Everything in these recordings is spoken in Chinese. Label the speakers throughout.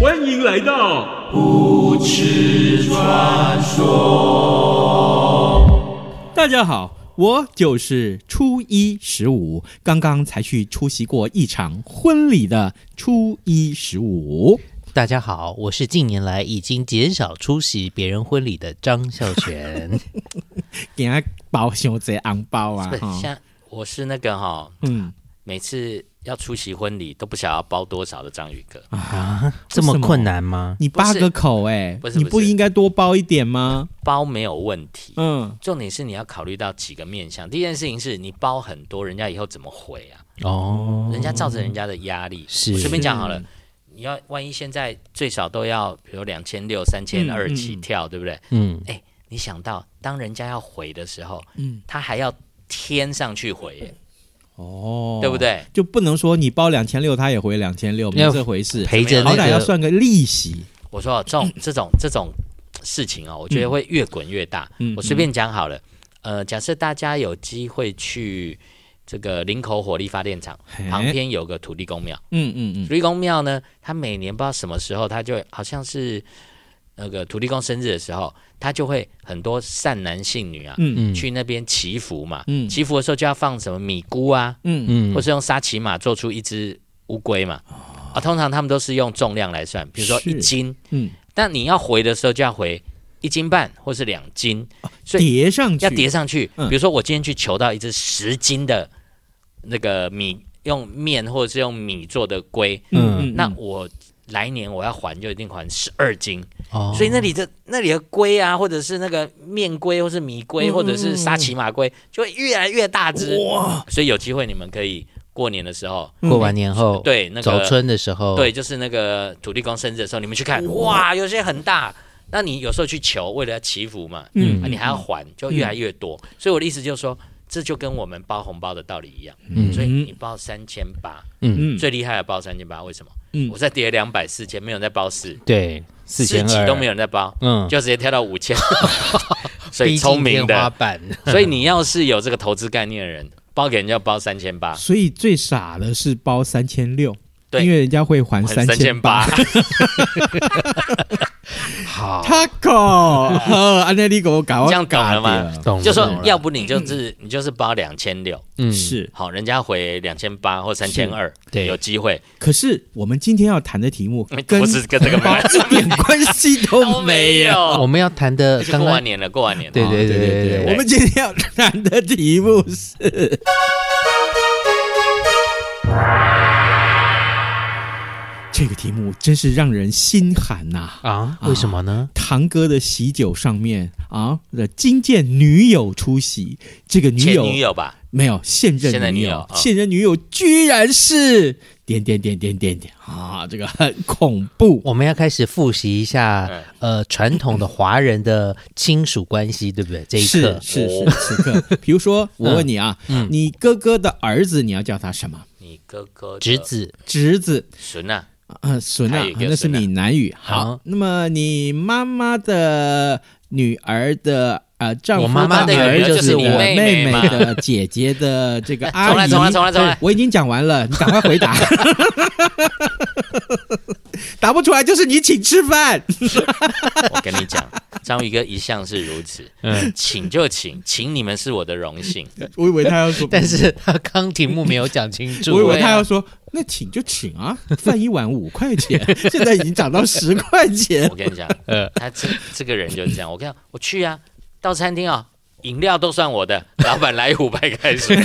Speaker 1: 欢迎来到舞池传说。大家好，我就是初一十五，刚刚才去出席过一场婚礼的初一十五。
Speaker 2: 大家好，我是近年来已经减少出席别人婚礼的张孝 全。
Speaker 1: 给他包上这红包啊！
Speaker 3: 不
Speaker 1: 哈
Speaker 3: 像我是那个哈、
Speaker 1: 嗯，
Speaker 3: 每次要出席婚礼都不想要包多少的章鱼哥，
Speaker 2: 这么困难吗？
Speaker 1: 你八个口哎、
Speaker 3: 不是
Speaker 1: 你
Speaker 3: 不
Speaker 1: 不
Speaker 3: 是
Speaker 1: 应该多包一点吗？
Speaker 3: 包没有问题。
Speaker 1: 嗯，
Speaker 3: 重点是你要考虑到几个面向。第一件事情是你包很多，人家以后怎么回啊？
Speaker 2: 哦，
Speaker 3: 人家造成人家的压力。
Speaker 2: 是
Speaker 3: 我随便讲好了，你要万一现在最少都要，比如两千六、三千二
Speaker 1: 嗯嗯
Speaker 3: 起跳，对不对？
Speaker 2: 嗯，
Speaker 3: 你想到当人家要回的时候，他还要添上去回耶，
Speaker 1: 哦，
Speaker 3: 对不？对？
Speaker 1: 就不能说你包两千六，他也回两千六，没
Speaker 2: 要
Speaker 1: 这回事。
Speaker 2: 陪着
Speaker 1: 好
Speaker 2: 那
Speaker 1: 歹要
Speaker 2: 个
Speaker 1: 算个利息。
Speaker 3: 我说哦这种这种这种事情哦，我觉得会越滚越大。
Speaker 1: 嗯
Speaker 3: 我随便讲好了，呃，假设大家有机会去这个林口火力发电厂
Speaker 1: 嗯嘿
Speaker 3: 旁边有个土地公庙，
Speaker 1: 嗯嗯
Speaker 3: 土
Speaker 1: 嗯，
Speaker 3: 地公庙呢，它每年不知道什么时候，它就会好像是那个土地公生日的时候，它就会很多善男信女啊，
Speaker 1: 嗯
Speaker 2: 嗯
Speaker 3: 去那边祈福嘛。
Speaker 1: 嗯
Speaker 3: 祈福的时候就要放什么米菇啊，
Speaker 1: 嗯哦
Speaker 2: 嗯
Speaker 3: 或是用沙琪玛做出一只乌龟嘛。啊，通常他们都是用重量来算，比如说
Speaker 1: 是
Speaker 3: 一斤，
Speaker 1: 嗯，
Speaker 3: 但你要回的时候就要回一斤半或是两斤，所以
Speaker 1: 叠上去
Speaker 3: 要叠上去。
Speaker 1: 嗯
Speaker 3: 比如说我今天去求到一只十斤的那个米，用面或者是用米做的龟，
Speaker 1: 嗯嗯，
Speaker 3: 那
Speaker 1: 嗯
Speaker 3: 我来年我要还就一定还十二斤，
Speaker 2: 哦
Speaker 3: 所以那里的那里的龟啊，或者是那个面龟，或是米龟，或者是
Speaker 1: 嗯
Speaker 3: 沙琪玛龟，就会越来越大只。哇！所以有机会你们可以过年的时候，
Speaker 2: 过完年后，，
Speaker 3: 嗯对那个
Speaker 2: 走春的时候，
Speaker 3: 对，，就是那个土地公生日的时候，你们去
Speaker 1: 哦
Speaker 3: 看，哇，有些很大。那你有时候去求，为了要祈福嘛，
Speaker 1: 嗯
Speaker 3: 啊你还要还，就越来越多。所以我的意思就是说，这就跟我们包红包的道理一样。
Speaker 2: 嗯
Speaker 3: 所以你包三千八，
Speaker 2: 嗯
Speaker 1: 嗯
Speaker 3: 最厉害的包三千八，为什么？
Speaker 1: 嗯
Speaker 3: 我再叠两百、四千，没有人在包四，
Speaker 2: 对，四千
Speaker 3: 几
Speaker 2: 二
Speaker 3: 都没有，人在包，
Speaker 2: 嗯，
Speaker 3: 就直接跳到 五千。所以
Speaker 2: 逼近
Speaker 3: 聪明
Speaker 2: 天花
Speaker 3: 的，
Speaker 2: 板，
Speaker 3: 所以你要是有这个投资概念的人，包给人家包三千八，
Speaker 1: 所以最傻的是包三千六，
Speaker 3: 对
Speaker 1: 因为人家会还
Speaker 3: 三
Speaker 1: 千
Speaker 3: 八。
Speaker 2: 好，
Speaker 1: Taco，呵安内利给我搞，
Speaker 3: 这样懂了吗
Speaker 1: 搞定
Speaker 2: 懂了，
Speaker 3: 就
Speaker 2: 懂
Speaker 3: 说
Speaker 2: 了
Speaker 3: 要不你就是你就是包两千六，
Speaker 2: 嗯，
Speaker 1: 是，
Speaker 3: 好，人家回两千八或三千二，
Speaker 2: 对
Speaker 3: 有机会
Speaker 1: 可是我们今天要谈的题目跟
Speaker 3: 不是跟这个没
Speaker 1: 包
Speaker 3: 关系
Speaker 1: 一点关系都没有。
Speaker 2: 我们要谈的
Speaker 3: 过
Speaker 2: 哦刚
Speaker 3: 完
Speaker 2: 刚
Speaker 3: 年了，过完年了，哦
Speaker 2: 对 对对对对
Speaker 1: 我们今天要谈的题目是这个题目，真是让人心寒呐、
Speaker 2: 啊，为什么呢？
Speaker 1: 堂哥的喜酒上面啊，呃今见女友出席，这个女
Speaker 3: 前
Speaker 1: 友
Speaker 3: 女友吧，
Speaker 1: 没有现任
Speaker 3: 现任
Speaker 1: 女
Speaker 3: 女
Speaker 1: 友，
Speaker 3: 友啊
Speaker 1: 现任女友居然是点点点点点点啊，这个很恐怖。
Speaker 2: 我们要开始复习一下
Speaker 3: 嗯，
Speaker 2: 呃，传统的华人的亲属关系，对不对？这一
Speaker 1: 是
Speaker 2: 课
Speaker 1: 是
Speaker 3: 哦
Speaker 1: 是，此刻，比如说，我问你 啊，
Speaker 3: 嗯
Speaker 1: 你哥哥的儿子，你要叫他什么？
Speaker 3: 你哥哥的
Speaker 2: 侄子
Speaker 1: 侄子
Speaker 3: 孙啊，
Speaker 1: 啊，孙啊
Speaker 3: 还有一，个
Speaker 1: 那是
Speaker 3: 孙啊
Speaker 1: 闽南语。
Speaker 2: 好
Speaker 1: 好，那么你妈妈的女儿的呃丈夫
Speaker 2: 我妈妈
Speaker 1: 的
Speaker 2: 的女儿就是
Speaker 1: 是我
Speaker 2: 你妹
Speaker 1: 妹
Speaker 3: 妹嘛
Speaker 1: 的姐姐的这 个阿姨。哎
Speaker 3: 重来重来重来重来
Speaker 1: 我已经讲完了，你赶快回答。 答不出来就是你请吃饭。
Speaker 3: 我跟你讲，章鱼哥一向是如此，请就请，请你们是我的荣 幸。
Speaker 1: 我以为他要说，
Speaker 2: 但是啊他刚题目没有讲清 楚，
Speaker 1: 我以为他要说，那请就请啊，饭一碗五块钱， 现在已经涨到十块钱
Speaker 3: 我。跟你讲，
Speaker 2: 呃
Speaker 3: 他这这个人就是这样。我跟你讲，我去啊， 到餐厅啊、饮料都算我的，老板来五百开水。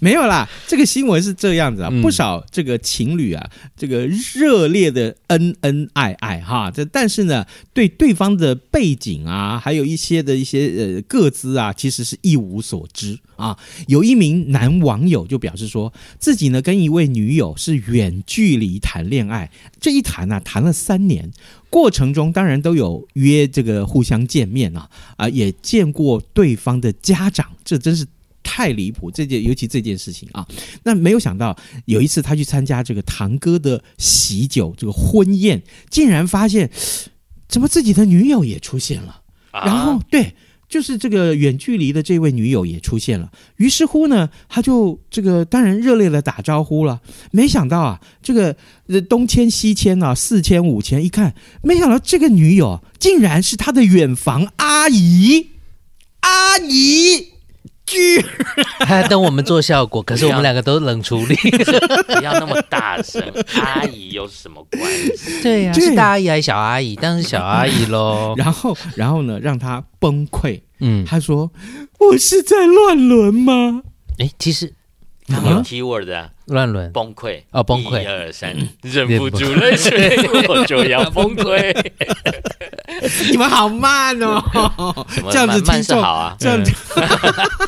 Speaker 1: 没有啦，这个新闻是这样子啊，
Speaker 2: 嗯
Speaker 1: 不少这个情侣啊，这个热烈的恩恩爱爱哈，这但是呢，对对方的背景啊，还有一些的一些呃个资啊，其实是一无所知啊。有一名男网友就表示说，自己呢跟一位女友是远距离谈恋爱，这一谈啊谈了三年，过程中当然都有约这个互相见面啊，啊、也见过对方的家长，这真是太离谱，这件尤其这件事情啊，那没有想到有一次他去参加这个堂哥的喜酒这个婚宴，竟然发现怎么自己的女友也出现了。
Speaker 3: 啊
Speaker 1: 然后对，就是这个远距离的这位女友也出现了。于是乎呢，他就这个当然热烈的打招呼了。没想到啊，这个呃东迁西迁啊，四迁五迁，一看，没想到这个女友竟然是他的远房阿姨，阿姨。居
Speaker 2: 还哎等我们做效果，可是我们两个都冷处理。
Speaker 3: 不要那么大 声，阿姨有什么关系？
Speaker 2: 对呀、
Speaker 1: 对。
Speaker 2: 是大阿姨还是小阿姨？当然是小阿姨喽
Speaker 1: 然后，然后呢，让他崩溃。
Speaker 2: 嗯，
Speaker 1: 他说：“我是在乱伦吗
Speaker 2: 哎，其实
Speaker 3: 他们有 keyword 的啊，
Speaker 2: 乱伦
Speaker 3: 崩溃
Speaker 2: 哦崩溃
Speaker 3: 一二三，忍不住泪水，我就 要崩溃。？”
Speaker 1: 你们好慢哦，
Speaker 3: 什么
Speaker 1: 这样子
Speaker 3: 慢慢
Speaker 1: 听
Speaker 3: 是
Speaker 1: 众
Speaker 3: 好啊，
Speaker 1: 这样子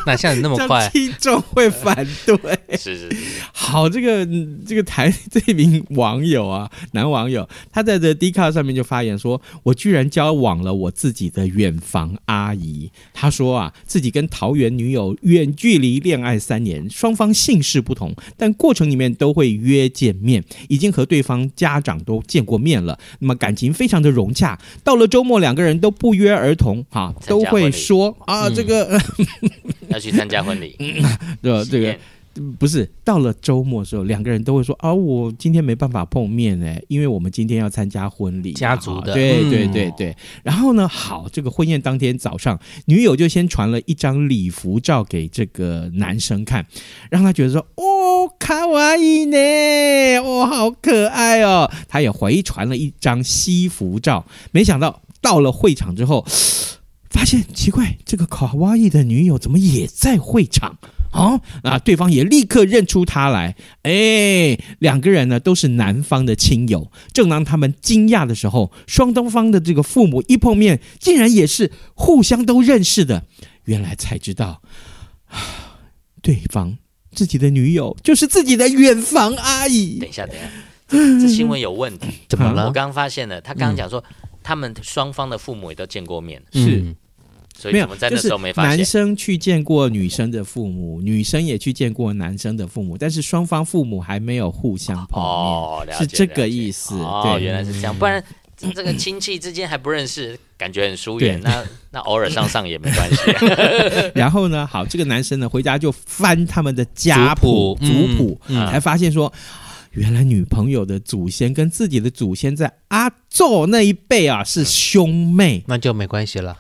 Speaker 2: 哪像你
Speaker 1: 这
Speaker 2: 那么
Speaker 1: 样
Speaker 2: 快？
Speaker 1: 听众会反对。
Speaker 3: 是是是，
Speaker 1: 好，这个嗯 这个 台这名网友啊，男网友，他在这 d c a r 上面就发言说：“我居然交往了我自己的远房阿姨。”他说啊，自己跟桃园女友远距离恋爱三年，双方姓氏不同，但过程里面都会约见面，已经和对方家长都见过面了，那么感情非常的融洽。到了周末，两个人都不约而同，哈、
Speaker 3: 参加
Speaker 1: 都
Speaker 3: 婚
Speaker 1: 会
Speaker 3: 礼
Speaker 1: 说啊，这个呃
Speaker 3: 要去参加婚礼，
Speaker 1: 呃这
Speaker 3: 喜
Speaker 1: 个
Speaker 3: 宴
Speaker 1: 不是到了周末的时候，两个人都会说啊，我今天没办法碰面哎，因为我们今天要参加婚礼，
Speaker 2: 家族的
Speaker 1: 啊对
Speaker 2: 嗯
Speaker 1: 对对对。然后呢，好，这个婚宴当天早上，女友就先传了一张礼服照给这个男生看，让他觉得说哦，卡哇伊呢，哦，好可爱哦。他也回传了一张西服照，没想到到了会场之后，发现奇怪，这个卡哇伊的女友怎么也在会场？哦，啊，对方也立刻认出他来。哎，两个人呢都是男方的亲友。正当他们惊讶的时候，双东方的这个父母一碰面，竟然也是互相都认识的。原来才知道，啊对方自己的女友就是自己的远房阿姨
Speaker 3: 等一下，等一下，
Speaker 1: 嗯
Speaker 3: 这这新闻有问题。
Speaker 2: 怎么
Speaker 3: 我
Speaker 2: 了？
Speaker 3: 刚发现了，嗯他刚刚讲说，他们双方的父母也都见过面，
Speaker 1: 是
Speaker 2: 嗯
Speaker 3: 所
Speaker 1: 没
Speaker 3: 以
Speaker 1: 有
Speaker 3: 我们在
Speaker 1: 就
Speaker 3: 那
Speaker 1: 是
Speaker 3: 时候没发
Speaker 1: 男
Speaker 3: 现。
Speaker 1: 生去见过女生的父母，女生也去见过男生的父母，但是双方父母还没有互相碰面，
Speaker 3: 哦，了解
Speaker 1: 是这个
Speaker 3: 了解
Speaker 1: 意思。
Speaker 3: 哦，
Speaker 1: 对，
Speaker 3: 原来是这样，不然这这个亲戚之间还不认识，感觉很疏远。
Speaker 1: 对
Speaker 3: 那那偶尔上上也没关系啊。
Speaker 1: 然后呢，好，这个男生呢回家就翻他们的家谱、
Speaker 2: 族
Speaker 1: 族
Speaker 2: 谱
Speaker 1: 谱，
Speaker 2: 嗯嗯
Speaker 3: 啊
Speaker 1: 才发现说。原来女朋友的祖先跟自己的祖先在阿宙那一辈啊是兄妹
Speaker 2: 那就没关系了。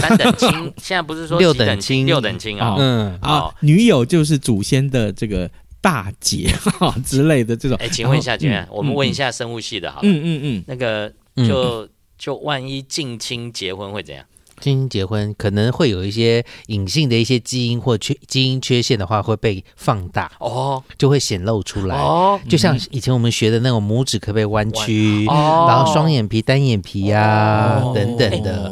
Speaker 3: 三等亲，现在不是说
Speaker 2: 六
Speaker 3: 几
Speaker 2: 等
Speaker 3: 等
Speaker 2: 亲
Speaker 3: 六等亲啊
Speaker 1: 哦。
Speaker 2: 嗯，
Speaker 1: 啊
Speaker 3: 哦，
Speaker 1: 女友就是祖先的这个大姐 哈之类的这种。
Speaker 3: 哎，请问一下，
Speaker 1: 然后
Speaker 3: 姐妹，我们问一，
Speaker 1: 嗯
Speaker 3: 下生物系的好了，
Speaker 1: 嗯嗯嗯，
Speaker 3: 那个
Speaker 2: 嗯
Speaker 3: 就就万一近亲结婚会怎样？
Speaker 2: 近亲结婚可能会有一些隐性的一些基因或缺基因缺陷的话，会被放大，
Speaker 3: 哦
Speaker 2: 就会显露出来。
Speaker 3: 哦
Speaker 2: 就像以前我们学的那种拇指可不可以弯曲，
Speaker 3: 哦
Speaker 2: 然后双眼皮、单眼皮呀、
Speaker 1: 哦
Speaker 2: 啊等等的，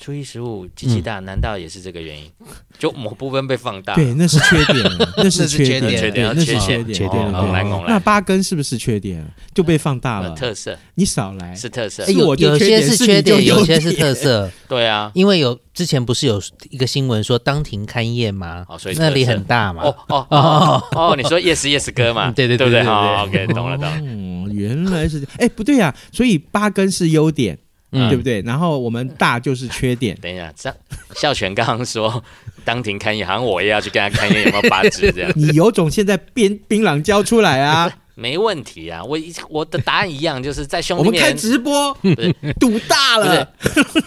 Speaker 3: 初一十五鸡鸡大，难道也是这个原因？就某部分被放
Speaker 1: 嗯
Speaker 3: 大，
Speaker 1: 对，那是缺点，啊那是缺
Speaker 2: 那是
Speaker 1: 点，
Speaker 3: 啊缺
Speaker 1: 对
Speaker 3: 点
Speaker 1: 那是
Speaker 3: 缺
Speaker 1: 缺
Speaker 3: 陷
Speaker 1: 点，
Speaker 2: 缺
Speaker 1: 对
Speaker 2: 点
Speaker 1: 对
Speaker 3: 哦
Speaker 1: 对
Speaker 3: 来拱来
Speaker 1: 那八根是不是缺点就被放大
Speaker 3: 呃
Speaker 1: 了？
Speaker 3: 特色
Speaker 1: 你少来，
Speaker 3: 是特色
Speaker 1: 哎，是
Speaker 2: 有
Speaker 1: 我就
Speaker 2: 有
Speaker 1: 缺
Speaker 2: 些
Speaker 1: 点
Speaker 2: 是
Speaker 1: 是你
Speaker 2: 缺
Speaker 1: 就
Speaker 2: 点，
Speaker 1: 有
Speaker 2: 有些是
Speaker 1: 点
Speaker 2: 特色。
Speaker 3: 对啊。
Speaker 2: 因为有之前不是有一个新闻说当庭勘验吗？
Speaker 3: 哦所以
Speaker 2: 那里
Speaker 3: 特色
Speaker 2: 很大嘛。
Speaker 3: 哦哦 哦哦，你说 yes yes 哥嘛？
Speaker 2: 嗯对对
Speaker 3: 对不
Speaker 2: 对对
Speaker 3: 哦
Speaker 2: 对
Speaker 3: ，OK，懂了懂了。
Speaker 1: 哦，原来是这样，哎，不对呀、所以八根是优点，
Speaker 2: 嗯
Speaker 1: 对不对？然后我们大就是缺点， ，
Speaker 3: 等一下，这样孝全刚刚说当庭勘验，好像我也要去跟他勘验有没有八只这样
Speaker 1: 你有种现在编槟榔交出来 啊！
Speaker 3: 没问题啊。我一我的答案一样，就是在兄
Speaker 1: 我
Speaker 3: 弟
Speaker 1: 们
Speaker 3: 面
Speaker 1: 开
Speaker 3: 前
Speaker 1: 直播
Speaker 3: 不是
Speaker 1: 赌大
Speaker 3: 不是
Speaker 1: 了，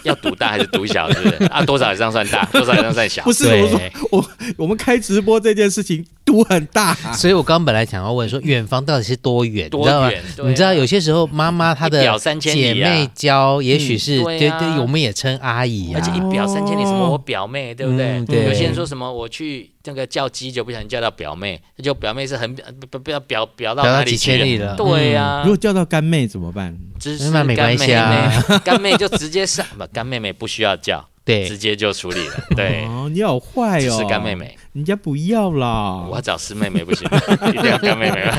Speaker 3: 要赌大还是赌小，
Speaker 2: 哎
Speaker 3: 是不是？啊，多少以上算大，多少以上算小
Speaker 1: 不？是
Speaker 2: 对
Speaker 1: 我说我我们开直播这件事情赌很大、
Speaker 2: 所以我刚本来想要问说，远方到底是多远，
Speaker 3: 多
Speaker 2: 你知道吗
Speaker 3: 远？对啊
Speaker 2: 你知道有些时候妈妈她的
Speaker 3: 一表三千里
Speaker 2: 姐
Speaker 3: 啊
Speaker 2: 妹交，也许是
Speaker 3: 嗯
Speaker 2: 对
Speaker 3: 对啊
Speaker 2: 对，我们也称阿姨
Speaker 3: 而且一
Speaker 2: 啊。
Speaker 3: 表三千里，什么我表妹，对不对
Speaker 2: 嗯？对
Speaker 3: 有些人说什么我去那个叫鸡，就不小心叫到表妹，就表妹是很不不不要表表到
Speaker 2: 表到
Speaker 3: 哪里
Speaker 2: 几千
Speaker 3: 去
Speaker 2: 里了嗯
Speaker 3: 对呀
Speaker 1: 嗯如，果叫到干妹怎么办？
Speaker 3: 只
Speaker 2: 那
Speaker 3: 是
Speaker 2: 没关系啊
Speaker 3: 干妹 妹，干妹就直接上，不干妹妹不需要叫，直
Speaker 2: 对，
Speaker 3: 接就处理 了。对，
Speaker 1: 哦，你好坏
Speaker 3: 只
Speaker 1: 哦，
Speaker 3: 是干妹，妹，
Speaker 1: 人家不要
Speaker 3: 我
Speaker 1: 啦
Speaker 3: 要。找师妹妹不行，一定要干妹妹。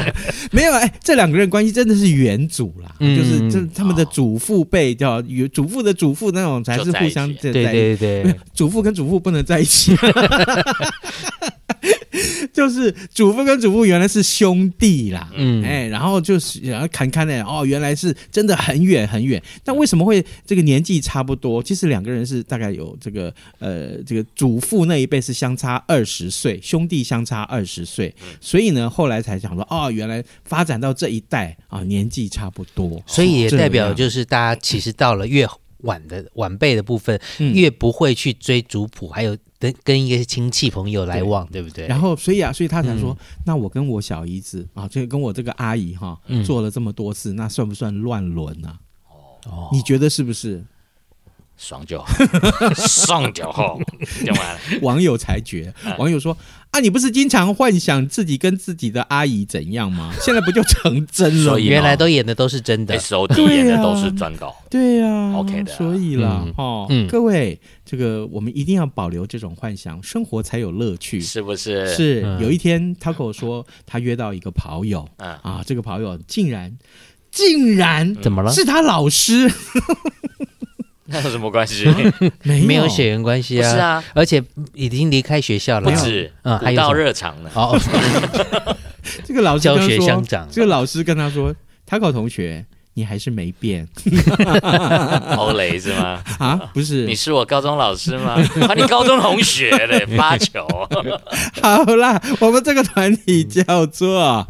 Speaker 1: 没有哎、这两个人关系真的是远祖啦，
Speaker 2: 嗯
Speaker 1: 就是这他们的祖父辈叫祖父的祖父那种才是
Speaker 3: 就在
Speaker 1: 互
Speaker 3: 一起
Speaker 1: 相对
Speaker 2: 对对对，
Speaker 1: 祖父跟祖父不能在一起， 就是祖父跟祖父原来是兄弟啦。
Speaker 2: 嗯，
Speaker 1: 哎，然后就是然后侃侃的哦，原来是真的很远很远。但为什么会这个年纪差不多？其实两个人是大概有这个呃，这个祖父那一辈是相差二十岁，兄弟相差二十岁，
Speaker 2: 嗯
Speaker 1: 所以呢，后来才想说哦，原来发展到这一代啊、年纪差不多， 哦
Speaker 2: 所以也
Speaker 1: 这
Speaker 2: 代表
Speaker 1: 样
Speaker 2: 就是大家其实到了越晚的晚辈的部分，
Speaker 1: 嗯
Speaker 2: 越不会去追族谱，还有跟跟一个亲戚朋友来往，对不对？
Speaker 1: 然后，所以啊，所以他才说，
Speaker 2: 嗯
Speaker 1: 那我跟我小姨子啊，就跟我这个阿姨哈、
Speaker 2: 嗯
Speaker 1: 做了这么多次，那算不算乱伦啊？
Speaker 2: 哦
Speaker 1: 你觉得是不 是？
Speaker 3: 爽就好，爽就好，懂吗？
Speaker 1: 网友裁决，
Speaker 2: 嗯
Speaker 1: 网友说啊，你不是经常幻想自己跟自己的阿姨怎样 吗？现在不就成真了
Speaker 3: 所
Speaker 1: 吗？
Speaker 2: 哦
Speaker 3: 以
Speaker 2: 原来都演的都是真的，
Speaker 3: S O D
Speaker 1: 对啊
Speaker 3: 演的都是赚到，
Speaker 1: 对呀、啊
Speaker 3: OK 的啊
Speaker 1: 所以啦，
Speaker 2: 嗯
Speaker 1: 哦，
Speaker 2: 嗯
Speaker 1: 各位，这个我们一定要保留这种幻想，生活才有乐趣。
Speaker 3: 是不是？
Speaker 1: 是
Speaker 2: 嗯
Speaker 1: 有一天，他跟我说，他约到一个跑友，
Speaker 3: 嗯
Speaker 1: 啊，这个跑友竟然竟然
Speaker 2: 怎么了？
Speaker 1: 是他老师，
Speaker 3: 那有什么关系？
Speaker 1: 没
Speaker 2: 没有血缘关系
Speaker 3: 不是
Speaker 2: 啊，
Speaker 3: 啊，
Speaker 2: 而且已经离开学校了啊。
Speaker 3: 不止，
Speaker 2: 嗯还
Speaker 3: 古
Speaker 2: 有什
Speaker 3: 道
Speaker 2: 么
Speaker 3: 热肠 呢。
Speaker 2: 哦，
Speaker 1: 这个老师
Speaker 2: 教
Speaker 1: 跟他
Speaker 2: 学
Speaker 1: 说
Speaker 2: 相长
Speaker 1: 这个老师跟他说，他考同学。你还是没变
Speaker 3: 欧雷是吗？
Speaker 1: 啊？不是
Speaker 3: 你，是我高中老师吗？把你高中同学嘞， 发球。
Speaker 1: 好啦，我们这个团体叫做